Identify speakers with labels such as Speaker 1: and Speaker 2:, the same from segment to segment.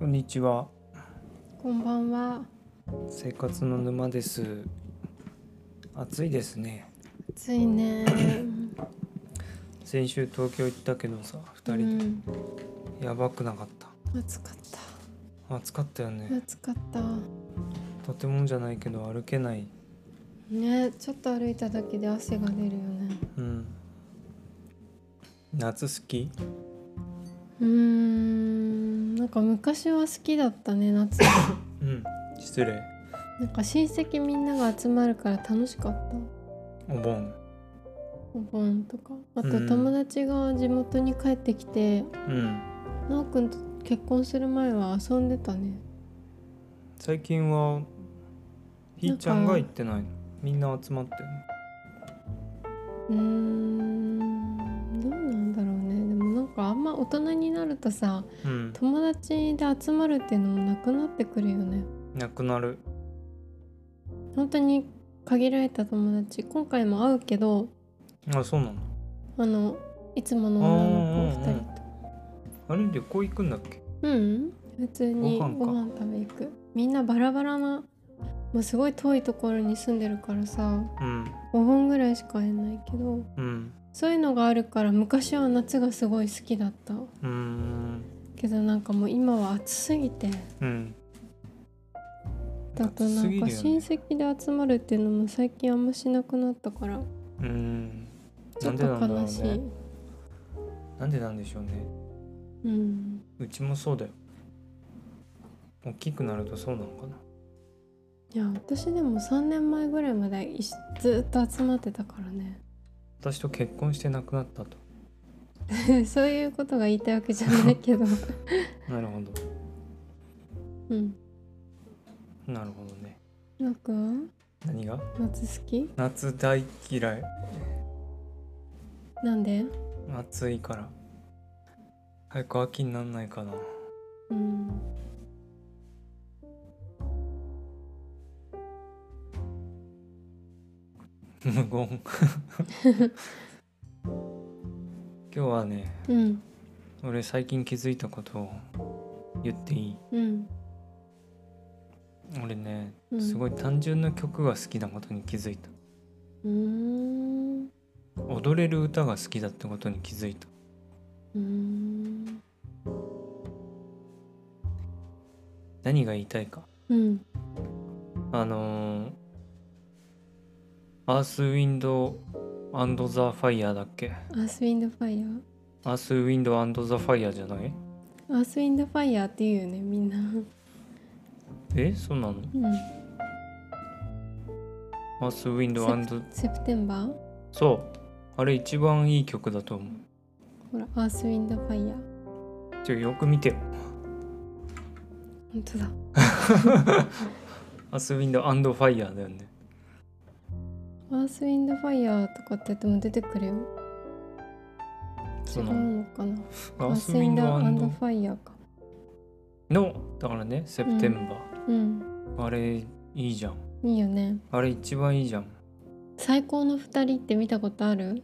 Speaker 1: にちは
Speaker 2: こんばんは。
Speaker 1: 生活の沼です暑いですね
Speaker 2: 暑いね。
Speaker 1: 先週東京行ったけどさ
Speaker 2: う
Speaker 1: 2人
Speaker 2: ん。
Speaker 1: でやばくなかった
Speaker 2: 暑かった。
Speaker 1: 暑かったよね
Speaker 2: 暑かった。
Speaker 1: とてもじゃないけど歩けない
Speaker 2: ね、ちょっと歩いただけで汗が出るよね。
Speaker 1: うん夏好き
Speaker 2: うーん。なんか昔は好きだった ね夏。
Speaker 1: うん失礼
Speaker 2: なんか親戚みんなが集まるから楽しかった。
Speaker 1: お盆
Speaker 2: お盆とか。あと
Speaker 1: うん
Speaker 2: 友達が地元に帰ってきて、
Speaker 1: うん
Speaker 2: なおくんと結婚する前は遊んでたね。
Speaker 1: 最近はひーちゃんが行ってないのみんな集まってる
Speaker 2: うーん。どうなんだろうね。でもなんかあんま大人になるとさ。
Speaker 1: うん
Speaker 2: 友達で集まるっていうのもなくなってくるよね
Speaker 1: なくなる
Speaker 2: 本当に限られた友達今回も会うけど
Speaker 1: あそうなの
Speaker 2: あのいつもの女の
Speaker 1: うん
Speaker 2: 子
Speaker 1: うんう
Speaker 2: 2
Speaker 1: ん
Speaker 2: 人と
Speaker 1: あれ旅行行くんだっけ
Speaker 2: うん、普通に
Speaker 1: ご
Speaker 2: ご
Speaker 1: 飯か
Speaker 2: 飯食べ行くみんなバラバラなもうすごい遠いところに住んでるからさ
Speaker 1: うん
Speaker 2: 5本ぐらいしか会えないけど
Speaker 1: うん
Speaker 2: そういうのがあるから昔は夏がすごい好きだった
Speaker 1: うーん
Speaker 2: けどなんかもう今は暑すぎて
Speaker 1: うん
Speaker 2: だとな
Speaker 1: 暑す
Speaker 2: ん
Speaker 1: ぎ
Speaker 2: か
Speaker 1: るよ
Speaker 2: 親
Speaker 1: ね
Speaker 2: 戚で集まるっていうのも最近あんましなくなったから
Speaker 1: うん
Speaker 2: ち
Speaker 1: な
Speaker 2: ょ
Speaker 1: ん
Speaker 2: っ
Speaker 1: で
Speaker 2: と
Speaker 1: なんだろう
Speaker 2: 悲しい。
Speaker 1: ねなんでなんでしょうね
Speaker 2: うん、
Speaker 1: うちもそうだよ大きくなるとそうなのかない
Speaker 2: や私でも3年前ぐらいまでいしずっと集まってたからね
Speaker 1: 私と結婚して亡くなったと
Speaker 2: そういうことが言いたいわけじゃないけど
Speaker 1: なるほど
Speaker 2: うん
Speaker 1: なるほどね
Speaker 2: なくは
Speaker 1: 何が
Speaker 2: 夏好き
Speaker 1: 夏大嫌い
Speaker 2: なんで
Speaker 1: 暑いから早く秋になんないか な
Speaker 2: うん
Speaker 1: 無言 今日はね
Speaker 2: うん
Speaker 1: 俺最近気づいたことを言っていい
Speaker 2: うん
Speaker 1: 俺ね
Speaker 2: うん
Speaker 1: すごい単純な曲が好きなことに気づいた
Speaker 2: うーんう
Speaker 1: 踊れる歌が好きだってことに気づいた
Speaker 2: ーん
Speaker 1: 何が言いたいか
Speaker 2: うん
Speaker 1: あのーアースウィンドアンドザファイヤーだっけ
Speaker 2: アースウィンドファイヤー
Speaker 1: アースウィンドアンドザファイヤーじゃない
Speaker 2: アースウィンドファイヤーって言うよねみんな
Speaker 1: えそうなの
Speaker 2: うん
Speaker 1: アースウィンドアンド
Speaker 2: セプテンバー
Speaker 1: そうあれ一番いい曲だと思う
Speaker 2: ほらアースウィンドファイヤー
Speaker 1: ちょよく見てよ
Speaker 2: 本当だ
Speaker 1: アースウィンドアンドファイヤーだよね
Speaker 2: アースウィンドファイヤーとかってやっても出てくるよ違
Speaker 1: そうの
Speaker 2: のかな
Speaker 1: ア
Speaker 2: ア
Speaker 1: ー
Speaker 2: ー
Speaker 1: ス
Speaker 2: ス
Speaker 1: ウ
Speaker 2: ウ
Speaker 1: ィ
Speaker 2: ィ
Speaker 1: ン
Speaker 2: ン
Speaker 1: ド
Speaker 2: ド
Speaker 1: ア
Speaker 2: ア
Speaker 1: ン
Speaker 2: ンド
Speaker 1: ド
Speaker 2: ファイヤーか。
Speaker 1: のだからねセプテンバ
Speaker 2: うん。
Speaker 1: ー、あれいいじゃん
Speaker 2: いいよね。
Speaker 1: あれ一番いいじゃん
Speaker 2: 最高の二人って見たことある？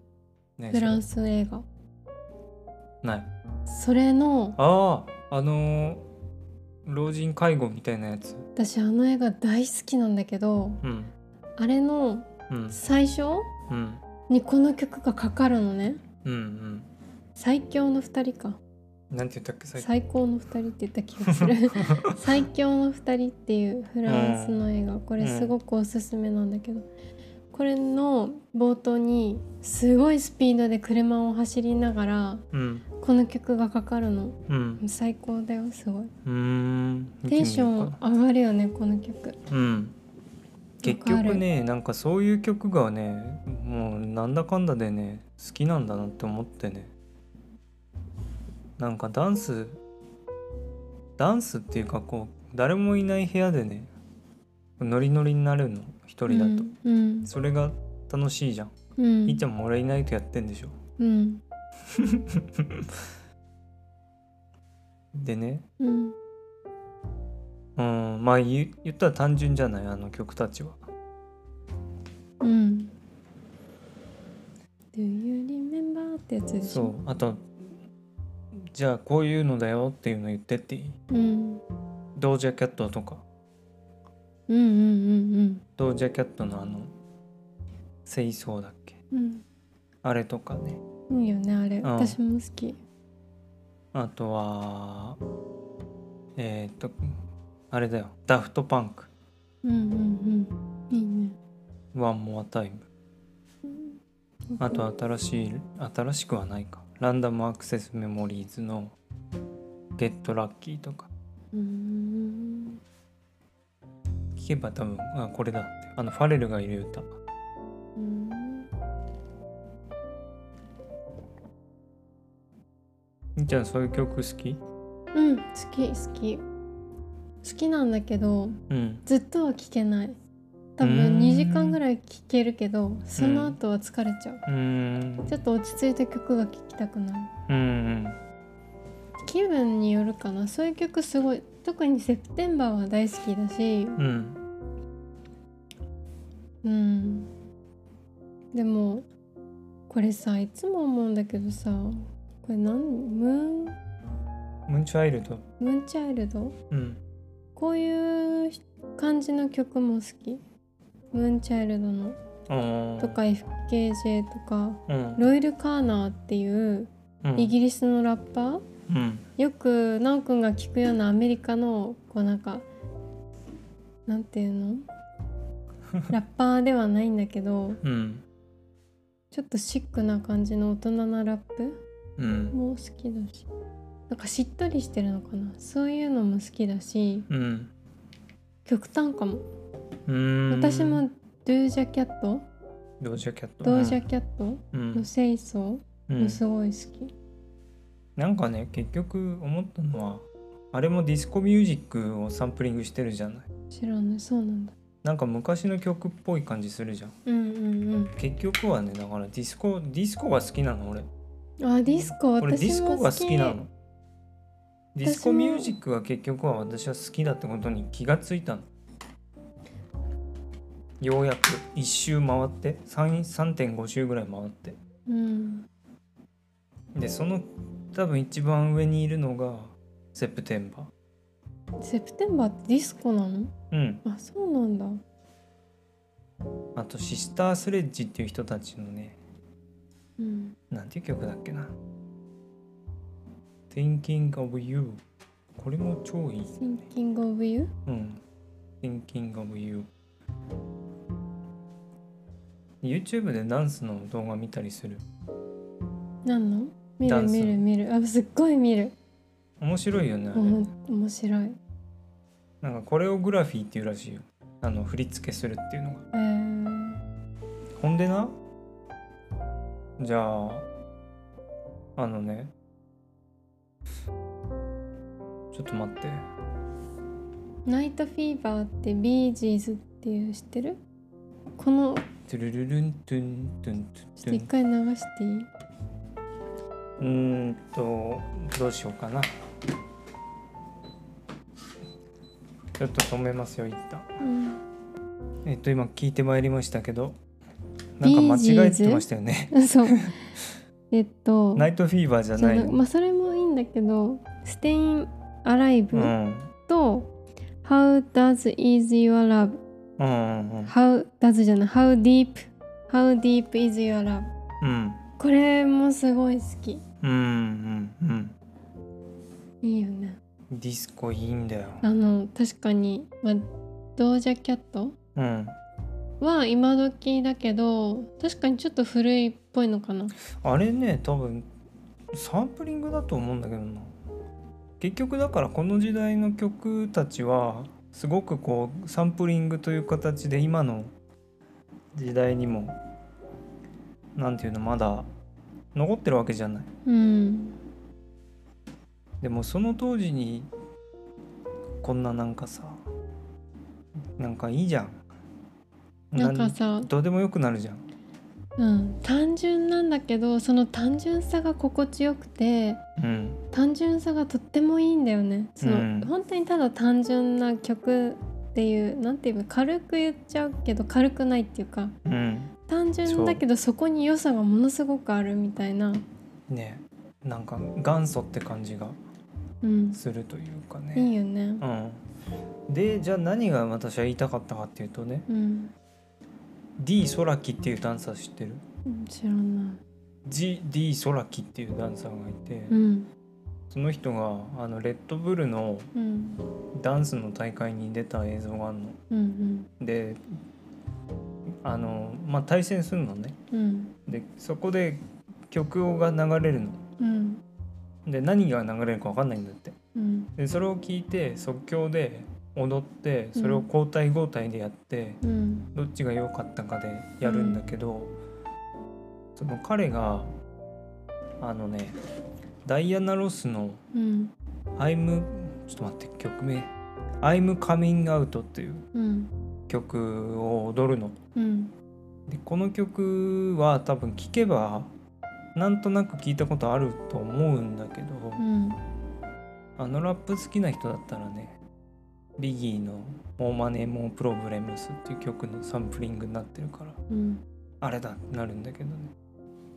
Speaker 1: ね
Speaker 2: フラン
Speaker 1: ス
Speaker 2: ス映画。
Speaker 1: ない
Speaker 2: それの
Speaker 1: あああのー老人介護みたいなやつ
Speaker 2: 私あの映画大好きなんだけど、
Speaker 1: うん
Speaker 2: あれの
Speaker 1: うん
Speaker 2: 最初
Speaker 1: うん
Speaker 2: にこの曲がかかるのね。
Speaker 1: うん
Speaker 2: 最強の二人か。
Speaker 1: うんなんて言ったっけ最近
Speaker 2: 最高の二人って言った気が する。最強の二人っていうフランスの映画。これすごくおすすめなんだけど。これの冒頭にすごいスピードで車を走りながら
Speaker 1: うん
Speaker 2: この曲がかかるの
Speaker 1: うん
Speaker 2: 最高だよすごいう
Speaker 1: ーん見て
Speaker 2: テ
Speaker 1: みようかな
Speaker 2: ンション上がるよねこの曲
Speaker 1: うん結
Speaker 2: わか
Speaker 1: 局
Speaker 2: る
Speaker 1: ねなんかそういう曲がねもうなんだかんだでね好きなんだなって思ってねなんかダンスダンスっていうかこう誰もいない部屋でねノリノリになるの一人だと、
Speaker 2: うん
Speaker 1: それが楽しいじゃん、
Speaker 2: う
Speaker 1: い
Speaker 2: ん
Speaker 1: いちゃんも俺いないとやってんでしょ
Speaker 2: うん
Speaker 1: でね
Speaker 2: うん
Speaker 1: うんまあ言言ったら単純じゃないあの曲たちは
Speaker 2: うん「Do you remember?」ってやつでし
Speaker 1: そ
Speaker 2: ょ
Speaker 1: うあとじゃあこういうのだよっていうの言ってっていい
Speaker 2: うん
Speaker 1: ドージャキャットとか
Speaker 2: うんうん
Speaker 1: ドージャキャットのあの清掃だっけ
Speaker 2: うんうん
Speaker 1: あれとかね
Speaker 2: うんいいよねあれ、
Speaker 1: ん
Speaker 2: 私も好き
Speaker 1: あとはえーっとあれだよダフトパンク
Speaker 2: うんうんうんいいね
Speaker 1: ワンモアタイムあと新しい新しくはないかランダムアクセスメモリーズのゲットラッキーとか
Speaker 2: うん
Speaker 1: 聞けば多分あこれだってあのファレルがいる歌
Speaker 2: うん
Speaker 1: じゃあそういう曲好き
Speaker 2: うん好き好き好きなんだけど
Speaker 1: うん
Speaker 2: ずっとは聴けない多
Speaker 1: うーん
Speaker 2: 分2時間ぐらい聴けるけどその後は疲れちゃう、
Speaker 1: うーん
Speaker 2: ちょっと落ち着いた曲が聴きたくなる
Speaker 1: うんうん
Speaker 2: 気分によるかなそういう曲すごい特に「セプテンバー」は大好きだし
Speaker 1: うん
Speaker 2: うんでもこれさいつも思うんだけどさこれ何ムーン
Speaker 1: ムーンチャイルド
Speaker 2: ムーンチャイルド
Speaker 1: うん
Speaker 2: こういう感じの曲も好きムーンチャイルドの
Speaker 1: あー
Speaker 2: とか FKJ とか
Speaker 1: うん
Speaker 2: ロイル・カーナーっていう
Speaker 1: うん
Speaker 2: イギリスのラッパー
Speaker 1: うん
Speaker 2: よくなおくんが聞くようなアメリカのこうなんかなんてい うのラッパーではないんだけど
Speaker 1: うん
Speaker 2: ちょっとシックな感じの大人なラップ
Speaker 1: うん
Speaker 2: も好きだしなんかしっとりしてるのかなそういうのも好きだし
Speaker 1: うん
Speaker 2: 極端かも
Speaker 1: うーん
Speaker 2: 私もドゥージャキャット
Speaker 1: ドージャキャット
Speaker 2: ドージャキャット
Speaker 1: うん
Speaker 2: の清掃
Speaker 1: うん
Speaker 2: もすごい好き、
Speaker 1: なんかね結局思ったのはあれもディスコミュージックをサンプリングしてるじゃない
Speaker 2: 知らないそうなんだ
Speaker 1: なんか昔の曲っぽい感じするじゃん
Speaker 2: うんうん
Speaker 1: 結局はねだからディスコディスコが好きなの俺
Speaker 2: うんあディスコ私も好き
Speaker 1: 俺ディスコが好きなのディスコミュージックが結局は私は好きだってことに気がついたのようやく1周回って3 3.5周ぐらい回って
Speaker 2: うん
Speaker 1: でその多分一番上にいるのがセプテンバ
Speaker 2: セプテンバーってディスコなの
Speaker 1: ーうん
Speaker 2: あそうなんだ
Speaker 1: あとシスタースレッジっていう人たちのね
Speaker 2: うん
Speaker 1: なんていう曲だっけな Thinking of You これも超いい
Speaker 2: Thinking of You
Speaker 1: うん。Thinking of You。YouTube でダンスの動画見たりする。
Speaker 2: 何の見
Speaker 1: ダ
Speaker 2: る
Speaker 1: ンス
Speaker 2: 見る見るあすっごい見る
Speaker 1: 面白いよね、あ
Speaker 2: お
Speaker 1: れ。
Speaker 2: も面白い
Speaker 1: なんかコレオグラフィーっていうらしいよ。あの、振り付けするっていうのが。
Speaker 2: えー、
Speaker 1: ほんでな、じゃあ、あのね、ちょっと待って。
Speaker 2: ナイトフィーバーってビージーズっていう知ってるこの
Speaker 1: トゥルルルントゥントゥントゥン
Speaker 2: ちょっ
Speaker 1: ト
Speaker 2: と
Speaker 1: ゥ
Speaker 2: 一
Speaker 1: ン。
Speaker 2: 回流していいう
Speaker 1: ーんと、どうしようかな。ちょっと止めますよ、一旦。
Speaker 2: うん
Speaker 1: えっと今聞いてまいりましたけどな
Speaker 2: ビ
Speaker 1: んか間
Speaker 2: ージーズ
Speaker 1: 違えてましたよね
Speaker 2: そうえっと
Speaker 1: ナイトフィーバーじゃ
Speaker 2: そ
Speaker 1: ない
Speaker 2: のまあそれもいいんだけどステインアライ
Speaker 1: う
Speaker 2: ブ
Speaker 1: ん
Speaker 2: と、How does is your love
Speaker 1: うんうん
Speaker 2: How does じゃない How deep How deep is your love
Speaker 1: うん
Speaker 2: これもすごい好き
Speaker 1: うんうんうん
Speaker 2: いいよね
Speaker 1: ディスコいいんだよ
Speaker 2: あの確かにまあドージャキャット
Speaker 1: うん
Speaker 2: は今時だけど確かにちょっと古いっぽいのかな
Speaker 1: あれね多分サンプリングだと思うんだけどな結局だからこの時代の曲たちはすごくこうサンプリングという形で今の時代にもなんていうのまだ残ってるわけじゃない
Speaker 2: うん
Speaker 1: でもその当時にこんななんかさなんかいいじゃん
Speaker 2: なんかさ
Speaker 1: どうでもよくなるじゃん
Speaker 2: うん単純なんだけどその単純さが心地よくて
Speaker 1: うん
Speaker 2: 単純さがとってもいいんだよねその、
Speaker 1: うん
Speaker 2: 本当にただ単純な曲っていうなんていうか軽く言っちゃうけど軽くないっていうか
Speaker 1: うん
Speaker 2: 単純だけどそこに良さがものすごくあるみたいな、
Speaker 1: ねなんか元祖って感じが
Speaker 2: うん、
Speaker 1: するというか
Speaker 2: いい
Speaker 1: ね
Speaker 2: よね
Speaker 1: うんでじゃあ何が私は言いたかったかっていうとね
Speaker 2: うん
Speaker 1: D ソラキっていうダンサー知ってる
Speaker 2: うん知らない
Speaker 1: ?GD ソラキっていうダンサーがいて、
Speaker 2: うん
Speaker 1: その人があのレッドブルの
Speaker 2: うん
Speaker 1: ダンスの大会に出た映像があるの。
Speaker 2: うん
Speaker 1: であのまあ対戦するのね。
Speaker 2: うんうん
Speaker 1: でそこで曲が流れるの。
Speaker 2: うん
Speaker 1: で何が流れるか分かんないんだって。
Speaker 2: うん
Speaker 1: でそれを聞いて即興で踊ってそれを交代交代でやって、
Speaker 2: うん
Speaker 1: どっちが良かったかでやるんだけど、その彼があのねダイアナ・ロスの
Speaker 2: うん
Speaker 1: 「I'm」ちょっと待って曲名「I'm Coming Out」っていう
Speaker 2: うん
Speaker 1: 曲を踊るの。
Speaker 2: うん
Speaker 1: でこの曲は多分聴けばなんとなく聞いたことあると思うんだけど、
Speaker 2: うん
Speaker 1: あのラップ好きな人だったらねビギーの「モーマネーモープロブレムス」っていう曲のサンプリングになってるから
Speaker 2: うん
Speaker 1: あれだってなるんだけどね、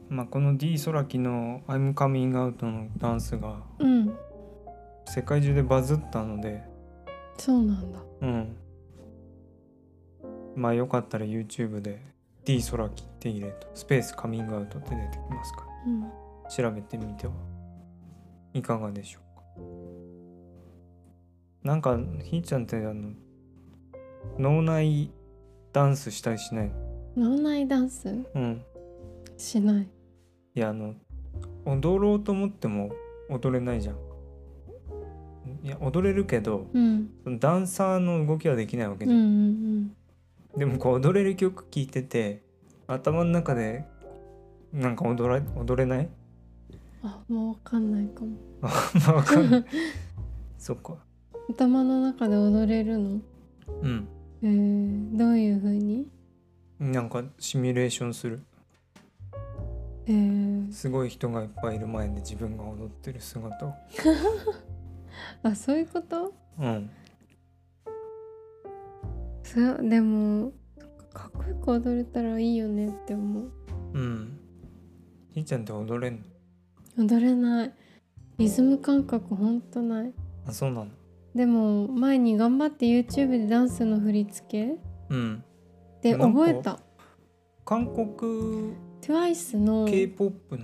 Speaker 1: まあ、この D ソラキの「I'm Coming Out」のダンスが
Speaker 2: うん
Speaker 1: 世界中でバズったので
Speaker 2: そうなんだ
Speaker 1: うんまあよかったら YouTube で D ソラキって入れるとスペースカミングアウトって出てきますから。
Speaker 2: うん
Speaker 1: 調べてみてはいかがでしょうかなんかひーちゃんってあの脳内ダンスしたりしない
Speaker 2: 脳内ダンス
Speaker 1: うん
Speaker 2: しない
Speaker 1: いやあの踊ろうと思っても踊れないじゃんいや踊れるけど
Speaker 2: うん
Speaker 1: そのダンサーの動きはできないわけ
Speaker 2: うん
Speaker 1: じ
Speaker 2: う
Speaker 1: ゃん、で
Speaker 2: ん
Speaker 1: もこう踊れる曲聴いてて頭の中でなんか踊ら踊れない
Speaker 2: うんあもうわかんないかも
Speaker 1: まあわかんないそっか
Speaker 2: 頭の中で踊れるの
Speaker 1: うん
Speaker 2: えー、どういう風に
Speaker 1: なんかシミュレーションする
Speaker 2: えー、
Speaker 1: すごい人がいっぱいいる前で自分が踊ってる姿を
Speaker 2: あそういうこと
Speaker 1: うん
Speaker 2: そうでもかっこよく踊れたらいいよねって思う
Speaker 1: うんひーちゃんって踊れんの
Speaker 2: 踊れないリズム感覚ほんとない
Speaker 1: あそうなの
Speaker 2: でも前に頑張って YouTube でダンスの振り付け
Speaker 1: うん
Speaker 2: で
Speaker 1: なんか
Speaker 2: 覚えた
Speaker 1: 韓国
Speaker 2: TWICE の
Speaker 1: k p o p の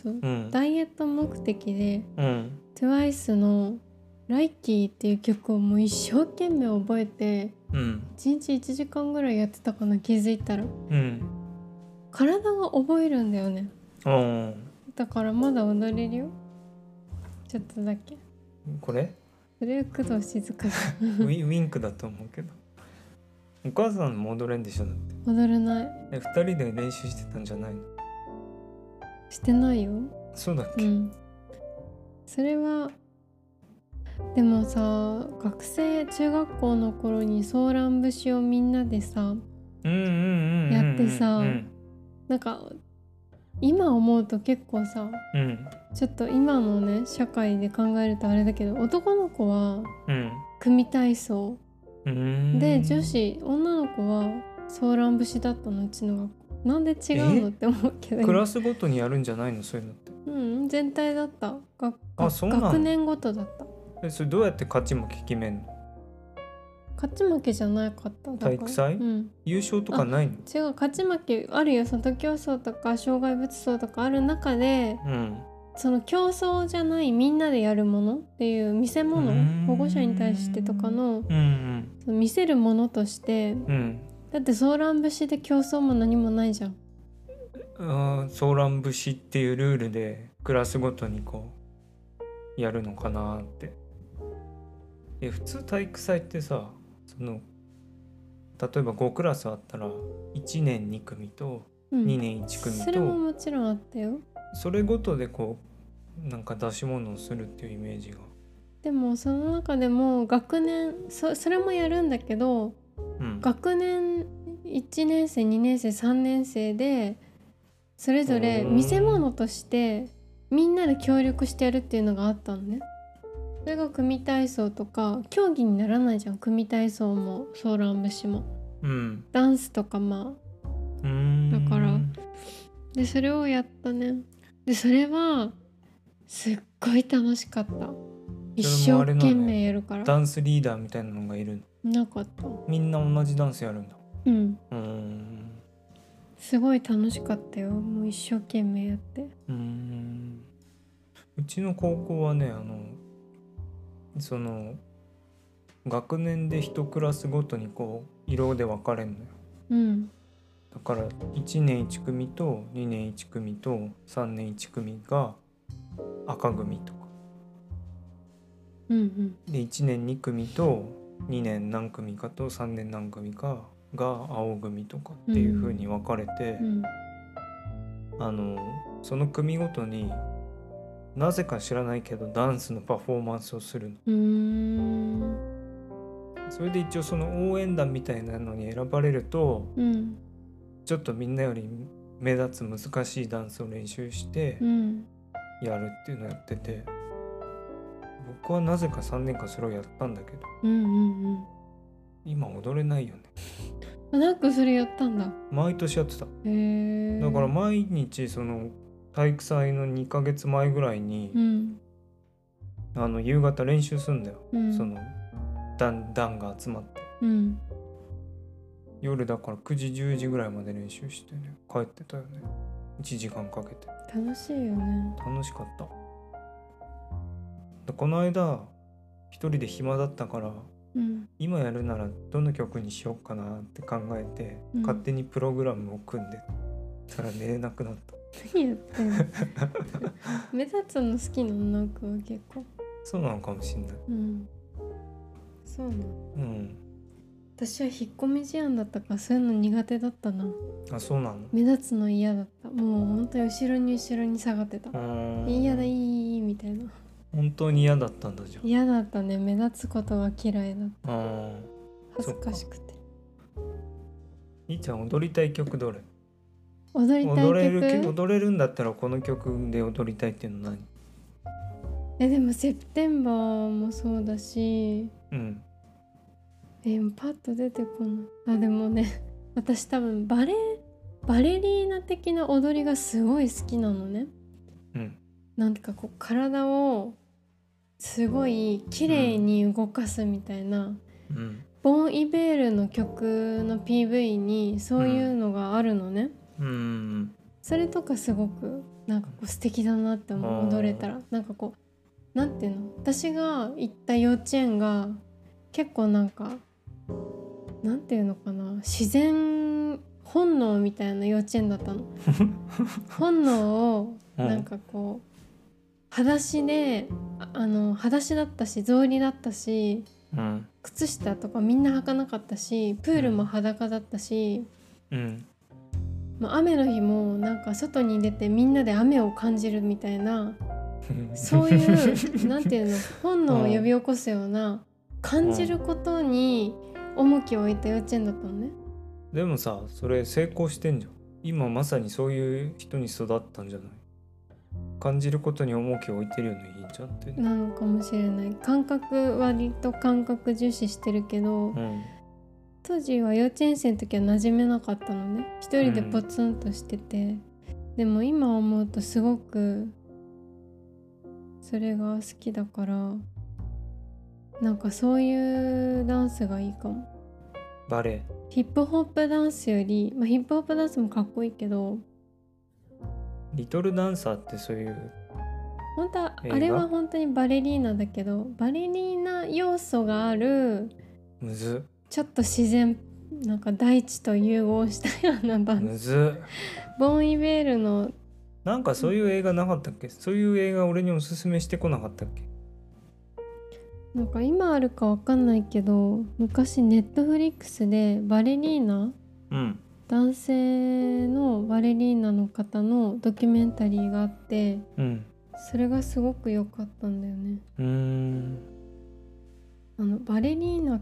Speaker 2: そう
Speaker 1: うん
Speaker 2: ダイエット目的で
Speaker 1: うん
Speaker 2: TWICE の「ライキーっていう曲をもう一生懸命覚えて
Speaker 1: うん
Speaker 2: 1日1時間ぐらいやってたかな気づいたら
Speaker 1: うん
Speaker 2: 体が覚えるんだよね
Speaker 1: うん
Speaker 2: だからまだ踊れるよちょっとだけ
Speaker 1: これ
Speaker 2: それは工藤静香さ
Speaker 1: ウィウィンクだと思うけどお母さんも踊れんでしょだって
Speaker 2: ん踊れない
Speaker 1: え二人で練習してたんじゃないの
Speaker 2: してないよ
Speaker 1: そうだっ
Speaker 2: う
Speaker 1: け、
Speaker 2: んそれはでもさ学生中学校の頃にソーラン節をみんなでさ
Speaker 1: うん、うんうんうんうん
Speaker 2: やってさ
Speaker 1: うん
Speaker 2: なんか今思うと結構さ
Speaker 1: うん
Speaker 2: ちょっと今のね社会で考えるとあれだけど男の子は
Speaker 1: うん
Speaker 2: 組体操
Speaker 1: うん
Speaker 2: で女子女の子はソーラン節だったのうちの学校なんで違うのって思うけど
Speaker 1: クラスごとにやるんじゃないのそういうのって
Speaker 2: うん全体だった学
Speaker 1: あそうなの
Speaker 2: 学年ごとだった
Speaker 1: えそれどうやって勝ちも決めんの
Speaker 2: 勝ち負けじゃなかっただから
Speaker 1: 体育祭
Speaker 2: うん
Speaker 1: 優勝とかないの
Speaker 2: 違う勝ち負けあるよその競争とか障害物走とかある中で
Speaker 1: うん
Speaker 2: その競争じゃないみんなでやるものっていう見せ
Speaker 1: うーん
Speaker 2: 物保護者に対してとかの
Speaker 1: うん
Speaker 2: その見せるものとして
Speaker 1: うんうん
Speaker 2: だってソーラン節で競争も何もないじゃん
Speaker 1: あーソーラン節っていうルールでクラスごとにこうやるのかなーってえ普通体育祭ってさその例えば5クラスあったら1年2組と
Speaker 2: うん
Speaker 1: 2年1組と、
Speaker 2: それももちろんあったよ
Speaker 1: それごとでこうなんか出し物をするっていうイメージが
Speaker 2: でもその中でも学年そそれもやるんだけど
Speaker 1: うん
Speaker 2: 学年1年生2年生3年生でそれぞれ見せ物としてみんなで協力してやるっていうのがあったのね。それが組体操とか競技にならないじゃん組体操もソーラン節も
Speaker 1: うん
Speaker 2: ダンスとかまあ
Speaker 1: うーん
Speaker 2: だからでそれをやったねでそれはすっごい楽しかった一
Speaker 1: それも
Speaker 2: 生
Speaker 1: あれなのね
Speaker 2: 懸命やるから
Speaker 1: ダンスリーダーみたいなのがいる
Speaker 2: なかった
Speaker 1: みんな同じダンスやるんだ
Speaker 2: うん
Speaker 1: うーん
Speaker 2: すごい楽しかったよもう一生懸命やって
Speaker 1: うーんうちの高校はねあのその学年で一クラスごとにこう色で分かれるのよ
Speaker 2: うん
Speaker 1: だから1年1組と2年1組と3年1組が赤組とか
Speaker 2: うんうん
Speaker 1: で1年2組と2年何組かと3年何組かが青組とかっていう風に分かれて、
Speaker 2: うん
Speaker 1: あのその組ごとになぜか知らないけどダンスのパフォーマンスをする
Speaker 2: うーん
Speaker 1: のそれで一応その応援団みたいなのに選ばれると
Speaker 2: うん
Speaker 1: ちょっとみんなより目立つ難しいダンスを練習して
Speaker 2: うん
Speaker 1: やるっていうのをやってて僕はなぜか3年間それをやったんだけど
Speaker 2: うんうんうん
Speaker 1: 今踊れないよね
Speaker 2: あなんかそれやったんだ
Speaker 1: 毎年やってた
Speaker 2: へえ
Speaker 1: だから毎日その体育祭の2ヶ月前ぐらいに
Speaker 2: う、ん
Speaker 1: あの夕方練習すんだよ、
Speaker 2: うん
Speaker 1: その団団が集まって
Speaker 2: うん
Speaker 1: 夜だから9時10時ぐらいまで練習してね帰ってたよね1時間かけて
Speaker 2: 楽しいよね
Speaker 1: 楽しかったでこの間一人で暇だったから
Speaker 2: うん
Speaker 1: 今やるならどの曲にしようかなって考えて、
Speaker 2: うん
Speaker 1: 勝手にプログラムを組んでたら寝れなくなった
Speaker 2: 何やってんの目立つの好きな女の子は結構
Speaker 1: そうなのかもしんない
Speaker 2: うんそうなの
Speaker 1: うん
Speaker 2: 私は引っ込み思案だったからそういうの苦手だったな
Speaker 1: あそうなの
Speaker 2: 目立つの嫌だったもう本当に後ろに後ろに下がってた
Speaker 1: うーん
Speaker 2: 嫌だいいいいみたいな
Speaker 1: 本当に嫌だったんだじゃん
Speaker 2: 嫌だったね目立つことが嫌いだ
Speaker 1: あー
Speaker 2: 恥ずかしくて
Speaker 1: いいちゃん踊りたい曲どれ
Speaker 2: 踊りた
Speaker 1: 踊れ
Speaker 2: い
Speaker 1: る曲
Speaker 2: 曲
Speaker 1: 踊れるんだったらこの曲で踊りたいっていうの何
Speaker 2: えでも「セプテンバー」もそうだし
Speaker 1: うん
Speaker 2: えパッと出てこないあでもね 私多分バレエバレリーナ的な踊りがすごい好きなのね
Speaker 1: うん
Speaker 2: なんていうかこう体をすごい綺麗に動かすみたいな、
Speaker 1: うん
Speaker 2: ボン・イベールの曲の PV にそういうのがあるのね、
Speaker 1: うん
Speaker 2: それとかすごくなんかこう素敵だなって思
Speaker 1: あ
Speaker 2: う
Speaker 1: ー
Speaker 2: 踊れたらなんかこうなんていうの私が行った幼稚園が結構なんかなんていうのかな自然本能みたいな幼稚園だ ったの本能を
Speaker 1: うん
Speaker 2: なんかこう裸足でああの裸足だったし草履だったし
Speaker 1: うん
Speaker 2: 靴下とかみんな履かなかったしプールも裸だったし、
Speaker 1: うん
Speaker 2: まあ、雨の日もなんか外に出てみんなで雨を感じるみたい なそういうなんていうの本能を呼び起こすような感じることに重きを置いた幼稚園だったのね。
Speaker 1: でもさそれ成功してんじゃん今まさにそういう人に育ったんじゃない感じることに重きを置いてるよねいいんじゃんって、
Speaker 2: なのかもしれない感覚割と感覚重視してるけど
Speaker 1: うん
Speaker 2: 当時は幼稚園生の時は馴染めなかったのね一人でポツンとしてて、でも今思うとすごくそれが好きだからなんかそういうダンスがいいかも
Speaker 1: バレエ
Speaker 2: ヒップホップダンスより、まあ、ヒップホップダンスもかっこいいけど
Speaker 1: リトルダンサーってそういう
Speaker 2: 本当は
Speaker 1: 映画
Speaker 2: あれは本当にバレリーナだけどバレリーナ要素がある
Speaker 1: むず
Speaker 2: ちょっと自然なんか大地と融合したようなダンス
Speaker 1: むず
Speaker 2: ボン・イベールの
Speaker 1: なんかそういう映画なかったっけそういう映画俺におすすめしてこなかったっけ
Speaker 2: なんか今あるかわかんないけど昔ネットフリックスでバレリーナ
Speaker 1: うん
Speaker 2: 男性のバレリーナの方のドキュメンタリーがあって
Speaker 1: うん
Speaker 2: それがすごく良かったんだよね
Speaker 1: うーん
Speaker 2: あのバレリーナ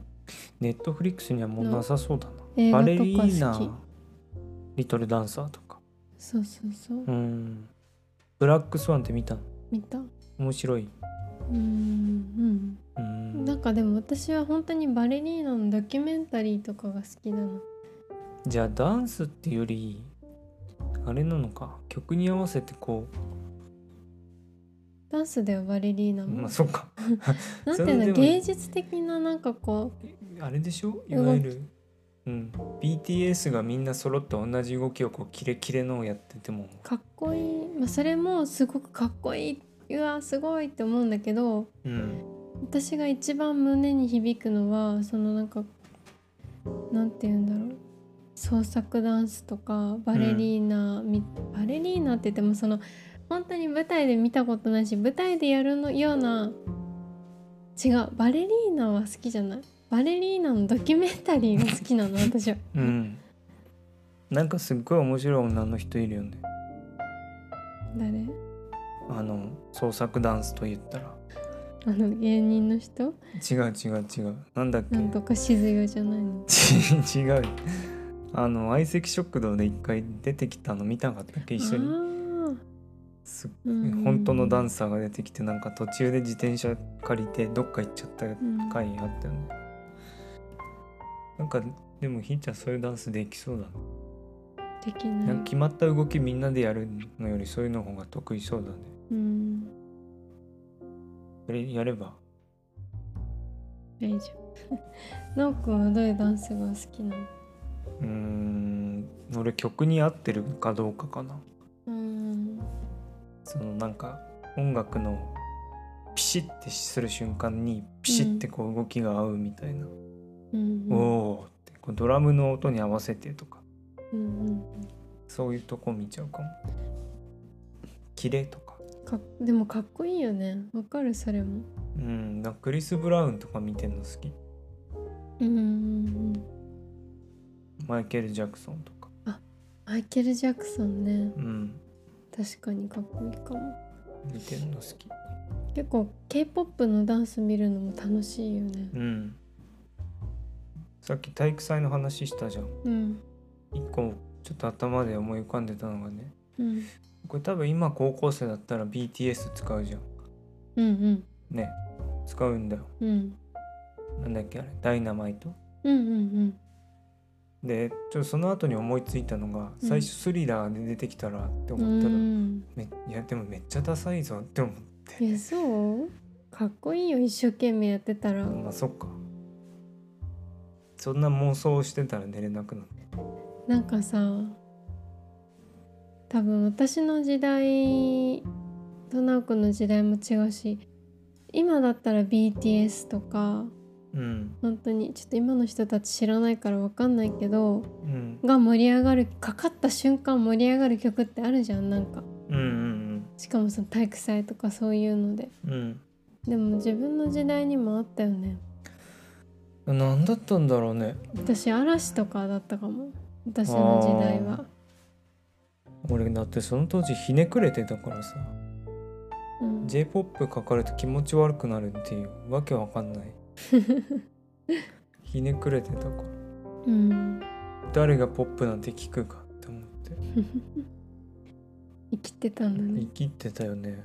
Speaker 1: ネットフリックスにはもうなさそうだな
Speaker 2: 映画
Speaker 1: バ
Speaker 2: と
Speaker 1: レリー
Speaker 2: か好き
Speaker 1: ナリトルダンサーとか
Speaker 2: そうそうそう
Speaker 1: うんブラックスワンって見た
Speaker 2: 見たう
Speaker 1: 面白い
Speaker 2: ーん
Speaker 1: う
Speaker 2: うんんなんかでも私は本当にバレリーナのドキュメンタリーとかが好きだな
Speaker 1: じゃあダンスっていうよりあれなのか曲に合わせてこ
Speaker 2: ダンスだよバレリーナも、
Speaker 1: まあそっか
Speaker 2: なん
Speaker 1: そ
Speaker 2: てい
Speaker 1: れ
Speaker 2: うんだ
Speaker 1: でも
Speaker 2: 芸術的ななんかこ
Speaker 1: あれでしょいわゆる、うん、BTS がみんな揃って同じ動きをこうキレキレのをやってても
Speaker 2: うかっこいい、まあ、それもすごくかっこいいうわすごいって思うんだけど
Speaker 1: うん
Speaker 2: 私が一番胸に響くのはそのなんかなんて言うんだろう創作ダンスとかバレリーナ、みバレリーナって言ってもその本当に舞台で見たことないし舞台でやるのような違うバレリーナは好きじゃないバレリーナのドキュメンタリーが好きなの私は。
Speaker 1: うんなんかすっごい面白い女の人いるよね
Speaker 2: 誰
Speaker 1: あの創作ダンスと言ったら
Speaker 2: あの芸人の人
Speaker 1: 違う違う違うなんだっけ
Speaker 2: なんとか静代じゃないの
Speaker 1: ち 違うあの相席食堂で一回出てきたの見たかったっけ一緒に
Speaker 2: に
Speaker 1: すっ
Speaker 2: うん
Speaker 1: 本当のダンサーが出てきてなんか途中で自転車借りてどっか行っちゃった
Speaker 2: うん
Speaker 1: 回あったよね、なんかでもひーちゃんそういうダンスできそうだね、
Speaker 2: 的
Speaker 1: なん
Speaker 2: な
Speaker 1: か決まった動きみんなでやるのよりそういうの方が得意そうだね
Speaker 2: うん
Speaker 1: それやれば
Speaker 2: 大丈夫。なおくんはどういうダンスが好きなの？
Speaker 1: うーん俺曲に合ってるかどうかかな
Speaker 2: うん。
Speaker 1: そのなんか音楽のピシッてする瞬間にピシッてこう動きが合うみたいな、
Speaker 2: うん。
Speaker 1: おおーってこうドラムの音に合わせてとか
Speaker 2: うん
Speaker 1: そういうとこ見ちゃうかも。キレとか。
Speaker 2: うん。かでもかっこいいよね。わかるそれも。
Speaker 1: うん、なんかクリス・ブラウンとか見てんの好き。
Speaker 2: うんうんうん。
Speaker 1: マイケル・ジャクソンとか。
Speaker 2: マイケルジャクソンね。
Speaker 1: うん、
Speaker 2: 確かにかっこいいかも。
Speaker 1: 見てんの好き。
Speaker 2: 結構 K-pop のダンス見るのも楽しいよね。
Speaker 1: うん。さっき体育祭の話したじゃん。
Speaker 2: うん。
Speaker 1: 一個ちょっと頭で思い浮かんでたのがね。
Speaker 2: うん。
Speaker 1: これ多分今高校生だったら BTS 使うじゃん。
Speaker 2: うん
Speaker 1: ね。使うんだよ。
Speaker 2: うん。うん。
Speaker 1: なんだっけあれ。ダイナマイト。
Speaker 2: うんうん
Speaker 1: で、ちょっとその後に思いついたのが、最初スリラーで出てきたらって
Speaker 2: うん。う
Speaker 1: 思ったら、
Speaker 2: ん。
Speaker 1: めいやでもめっちゃダサいぞって思っ
Speaker 2: いやそう？かっこいいよ一生懸命やってたら
Speaker 1: た。まあそっかそんな妄想をしてたら寝れなくなっ
Speaker 2: なんかさ多分私の時代と直子の時代も違うし今だったら BTS とか
Speaker 1: うん
Speaker 2: 本当にちょっと今の人たち知らないから分かんないけど
Speaker 1: うん
Speaker 2: が盛り上がるかかった瞬間盛り上がる曲ってあるじゃんなんか
Speaker 1: うんうん
Speaker 2: しかもその体育祭とかそういうので
Speaker 1: うん
Speaker 2: でも自分の時代にもあったよね
Speaker 1: うん何だったんだろうね
Speaker 2: 私嵐とかだったかも私の時代は
Speaker 1: 俺だってその当時ひねくれてたからさ
Speaker 2: うん
Speaker 1: j p o p かかると気持ち悪くなるっていうわけわかん ないひねくれてたから
Speaker 2: うん
Speaker 1: 誰がポップなんて聞くかって思って
Speaker 2: 生きてたんだね
Speaker 1: 生きてたよね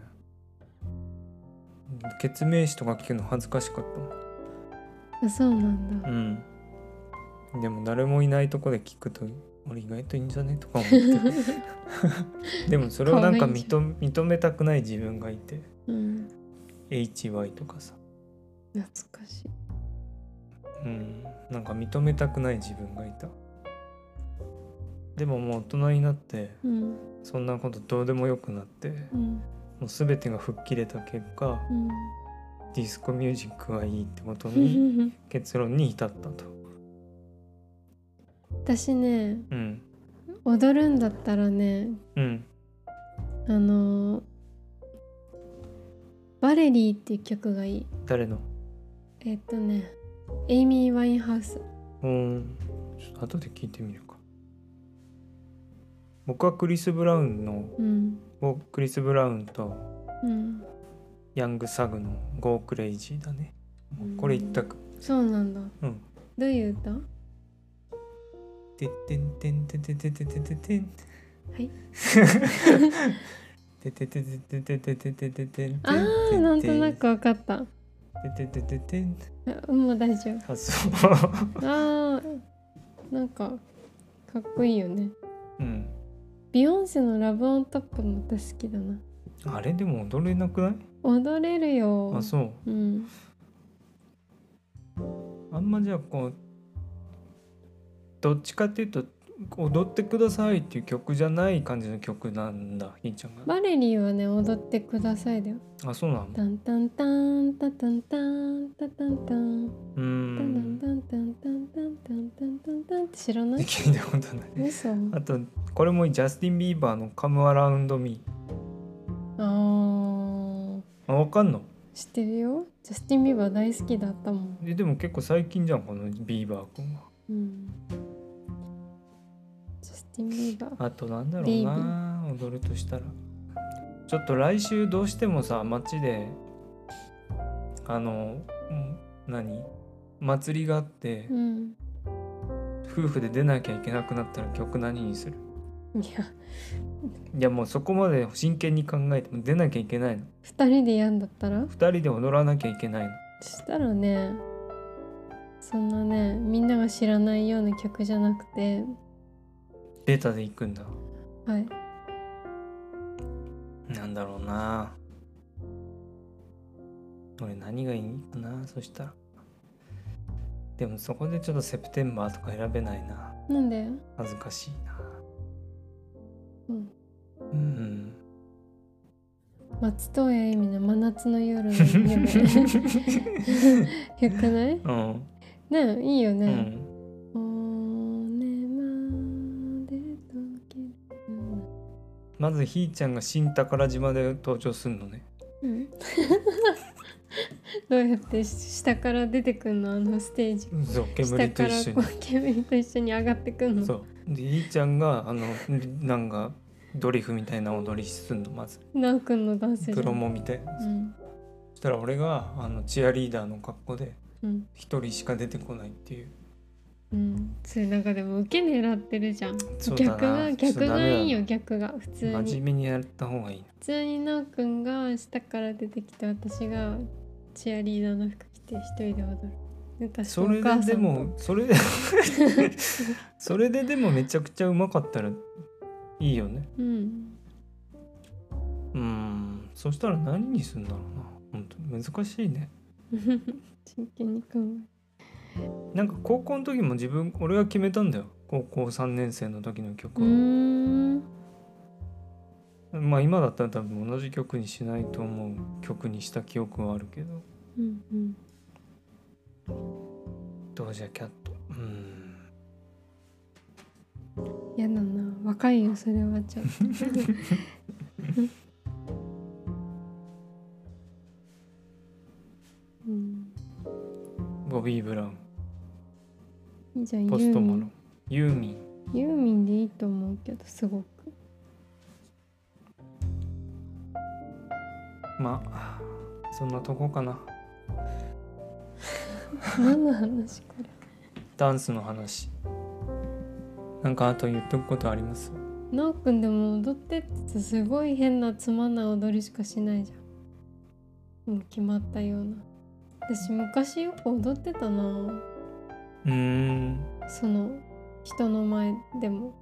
Speaker 1: ケツメイシとか聞くの恥ずかしかったもん
Speaker 2: あそうなんだ
Speaker 1: うん。でも誰もいないとこで聞くと俺意外といいんじゃねとか思って でもそれをなんか
Speaker 2: 可愛いじゃ
Speaker 1: 認め認めたくない自分がいて
Speaker 2: うん、
Speaker 1: HY とかさ、
Speaker 2: 懐かしい
Speaker 1: うん、なんか認めたくない自分がいたでももう大人になって
Speaker 2: うん
Speaker 1: そんなことどうでもよくなって
Speaker 2: うん
Speaker 1: もう全てが吹っ切れた結果
Speaker 2: うん
Speaker 1: ディスコミュージックがいいってこと
Speaker 2: う
Speaker 1: に
Speaker 2: ん
Speaker 1: 結論に至ったと
Speaker 2: 私ね
Speaker 1: うん
Speaker 2: 踊るんだったらね
Speaker 1: うん
Speaker 2: あのーバレリーっていう曲がいい
Speaker 1: 誰の
Speaker 2: えっとねエイミー・ワインハウス
Speaker 1: うん、ちょっと後で聞いてみるか。僕はクリス・ブラウンの、
Speaker 2: うん
Speaker 1: をクリス・ブラウンと
Speaker 2: うん
Speaker 1: ヤング・サグの「ゴー・クレイジー」だね
Speaker 2: うん。
Speaker 1: これ一択。
Speaker 2: そうなんだ
Speaker 1: うん。
Speaker 2: どういう歌
Speaker 1: てってんてんてててててててん。
Speaker 2: はい。
Speaker 1: てててててててててててん。
Speaker 2: あーなんとなく。わかった
Speaker 1: てててててん。
Speaker 2: あもう大丈
Speaker 1: あ、そう。
Speaker 2: 夫あーなんかかっこいいよね
Speaker 1: うん。
Speaker 2: ビヨンセのラブオントップも私好きだな
Speaker 1: あれでも踊れなくない
Speaker 2: 踊れるよ
Speaker 1: あそう
Speaker 2: うん
Speaker 1: あんまじゃあこうどっちかっていうと踊ってくださいっていう曲じゃない感じの曲なんだひんちゃんが
Speaker 2: バレリーはね踊ってくださいだよ
Speaker 1: あそうなの
Speaker 2: タンタンタンタタンタンタタンタン
Speaker 1: うー
Speaker 2: タタン
Speaker 1: ん
Speaker 2: タンタンタンタンタンタンタンタンって知らない
Speaker 1: 聞いたことない
Speaker 2: 嘘
Speaker 1: あとこれもいいジャスティン・ビーバーの「カムアラウンド・ミ
Speaker 2: あー
Speaker 1: ー」あわかんの
Speaker 2: 知ってるよジャスティン・ビーバー大好きだったもん、
Speaker 1: えでも結構最近じゃんこのビーバー君は
Speaker 2: うん、ジャスティン・ビーバー
Speaker 1: あとなんだろ
Speaker 2: ビ
Speaker 1: う
Speaker 2: ービ
Speaker 1: な踊るとしたらちょっと来週どうしてもさ街であのうん何祭りがあって、
Speaker 2: うん
Speaker 1: 夫婦で出なきゃいけなくなったら曲何にする
Speaker 2: いや
Speaker 1: いやもうそこまで真剣に考えても出なきゃいけないの
Speaker 2: 二人でやんだったら
Speaker 1: 2人で踊らなきゃいけないの
Speaker 2: そしたらねそんなねみんなが知らないような曲じゃなくて
Speaker 1: データで行くんだ
Speaker 2: はい
Speaker 1: なんだろうな俺何がいいかなそしたらでもそこでちょっとセプテンバーとか選べないな
Speaker 2: なんで
Speaker 1: 恥ずかしいな
Speaker 2: うん
Speaker 1: うん
Speaker 2: 松任谷由実の「真夏の夜の夢」よくない
Speaker 1: うん
Speaker 2: ねいいよ
Speaker 1: う
Speaker 2: ね、
Speaker 1: ん
Speaker 2: 骨まで溶ける
Speaker 1: まずひーちゃんが新宝島で登場するのね
Speaker 2: うん、どうやって下から出てくんのあのステージ
Speaker 1: そう
Speaker 2: 下
Speaker 1: 煙と
Speaker 2: から
Speaker 1: 一緒に
Speaker 2: こう煙と一緒に上がってくんの
Speaker 1: そうでいーちゃんがあのなんかドリフみたいな踊りすんのまず
Speaker 2: なおくんのダンスじゃん
Speaker 1: プロモみたいな
Speaker 2: うん
Speaker 1: そしたら俺があのチアリーダーの格好で
Speaker 2: うん
Speaker 1: 一人しか出てこないっていう
Speaker 2: うんそれなんかでも受け狙ってるじゃん
Speaker 1: そうだな
Speaker 2: 逆が逆がいいよ逆が普通
Speaker 1: 真
Speaker 2: に
Speaker 1: 面目にやった方がいい
Speaker 2: 普通になおくんが下から出てきて私がチアリーダーの服着て一人で踊るで
Speaker 1: な
Speaker 2: 私と
Speaker 1: そ
Speaker 2: お
Speaker 1: れ
Speaker 2: 母
Speaker 1: で
Speaker 2: さ
Speaker 1: で
Speaker 2: んと
Speaker 1: もそ れでそれででもめちゃくちゃうまかったらいいよね
Speaker 2: うん
Speaker 1: うんそしたら何にするんだろうな本当に難しいね
Speaker 2: 真剣に考
Speaker 1: なんか高校の時も自分俺が決めたんだよ高校3年生の時の
Speaker 2: え
Speaker 1: 曲
Speaker 2: う
Speaker 1: は。
Speaker 2: ーん
Speaker 1: まあ今だったら多分同じ曲にしないと思う曲にした記憶はあるけど
Speaker 2: うんうん
Speaker 1: ドージャキャットうーん
Speaker 2: やだな若いよそれは ちょっとうん
Speaker 1: ボビー・ブラウン
Speaker 2: いいじゃんユ
Speaker 1: ポス
Speaker 2: ー
Speaker 1: ト
Speaker 2: ミ
Speaker 1: マロ
Speaker 2: ン
Speaker 1: ンユーミン
Speaker 2: ユーミンでいいと思うけどすごく
Speaker 1: まあそんなとこかな
Speaker 2: 何の話これ
Speaker 1: ダンスの話なんかあと言っとくことあります
Speaker 2: なおくんでも踊ってって言ってたすごい変なつまんない踊りしかしないじゃんもう決まったような私昔よく踊ってたな
Speaker 1: うーん
Speaker 2: その人の前でも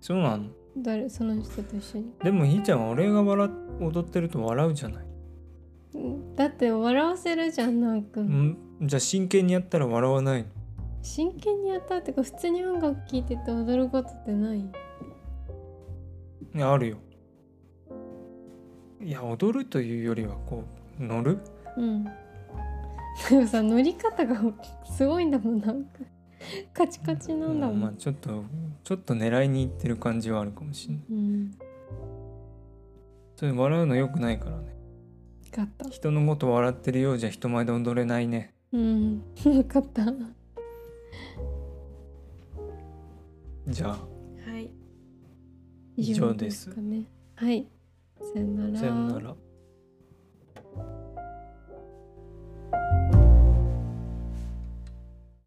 Speaker 1: そうなの
Speaker 2: 誰その人と一緒に
Speaker 1: でもひーちゃんは俺が笑っ踊ってると笑うじゃない、
Speaker 2: うんだって笑わせるじゃんなおく
Speaker 1: うんん、じゃあ真剣にやったら笑わない
Speaker 2: 真剣にやったってか普通に音楽聴いてて踊ることってない
Speaker 1: いやあるよいや踊るというよりはこう乗る
Speaker 2: うんでもさ乗り方がすごいんだもんなんかカチカチなんだも
Speaker 1: まあ
Speaker 2: ん、
Speaker 1: ちょっとちょっと狙いにいってる感じはあるかもしれない
Speaker 2: うん、
Speaker 1: それ笑うの良くないからね
Speaker 2: 分かった
Speaker 1: 人のこと笑ってるようじゃ人前で踊れないね
Speaker 2: うん分かったは
Speaker 1: じゃあ
Speaker 2: い
Speaker 1: 以上です
Speaker 2: かねはいさよなら
Speaker 1: さようなら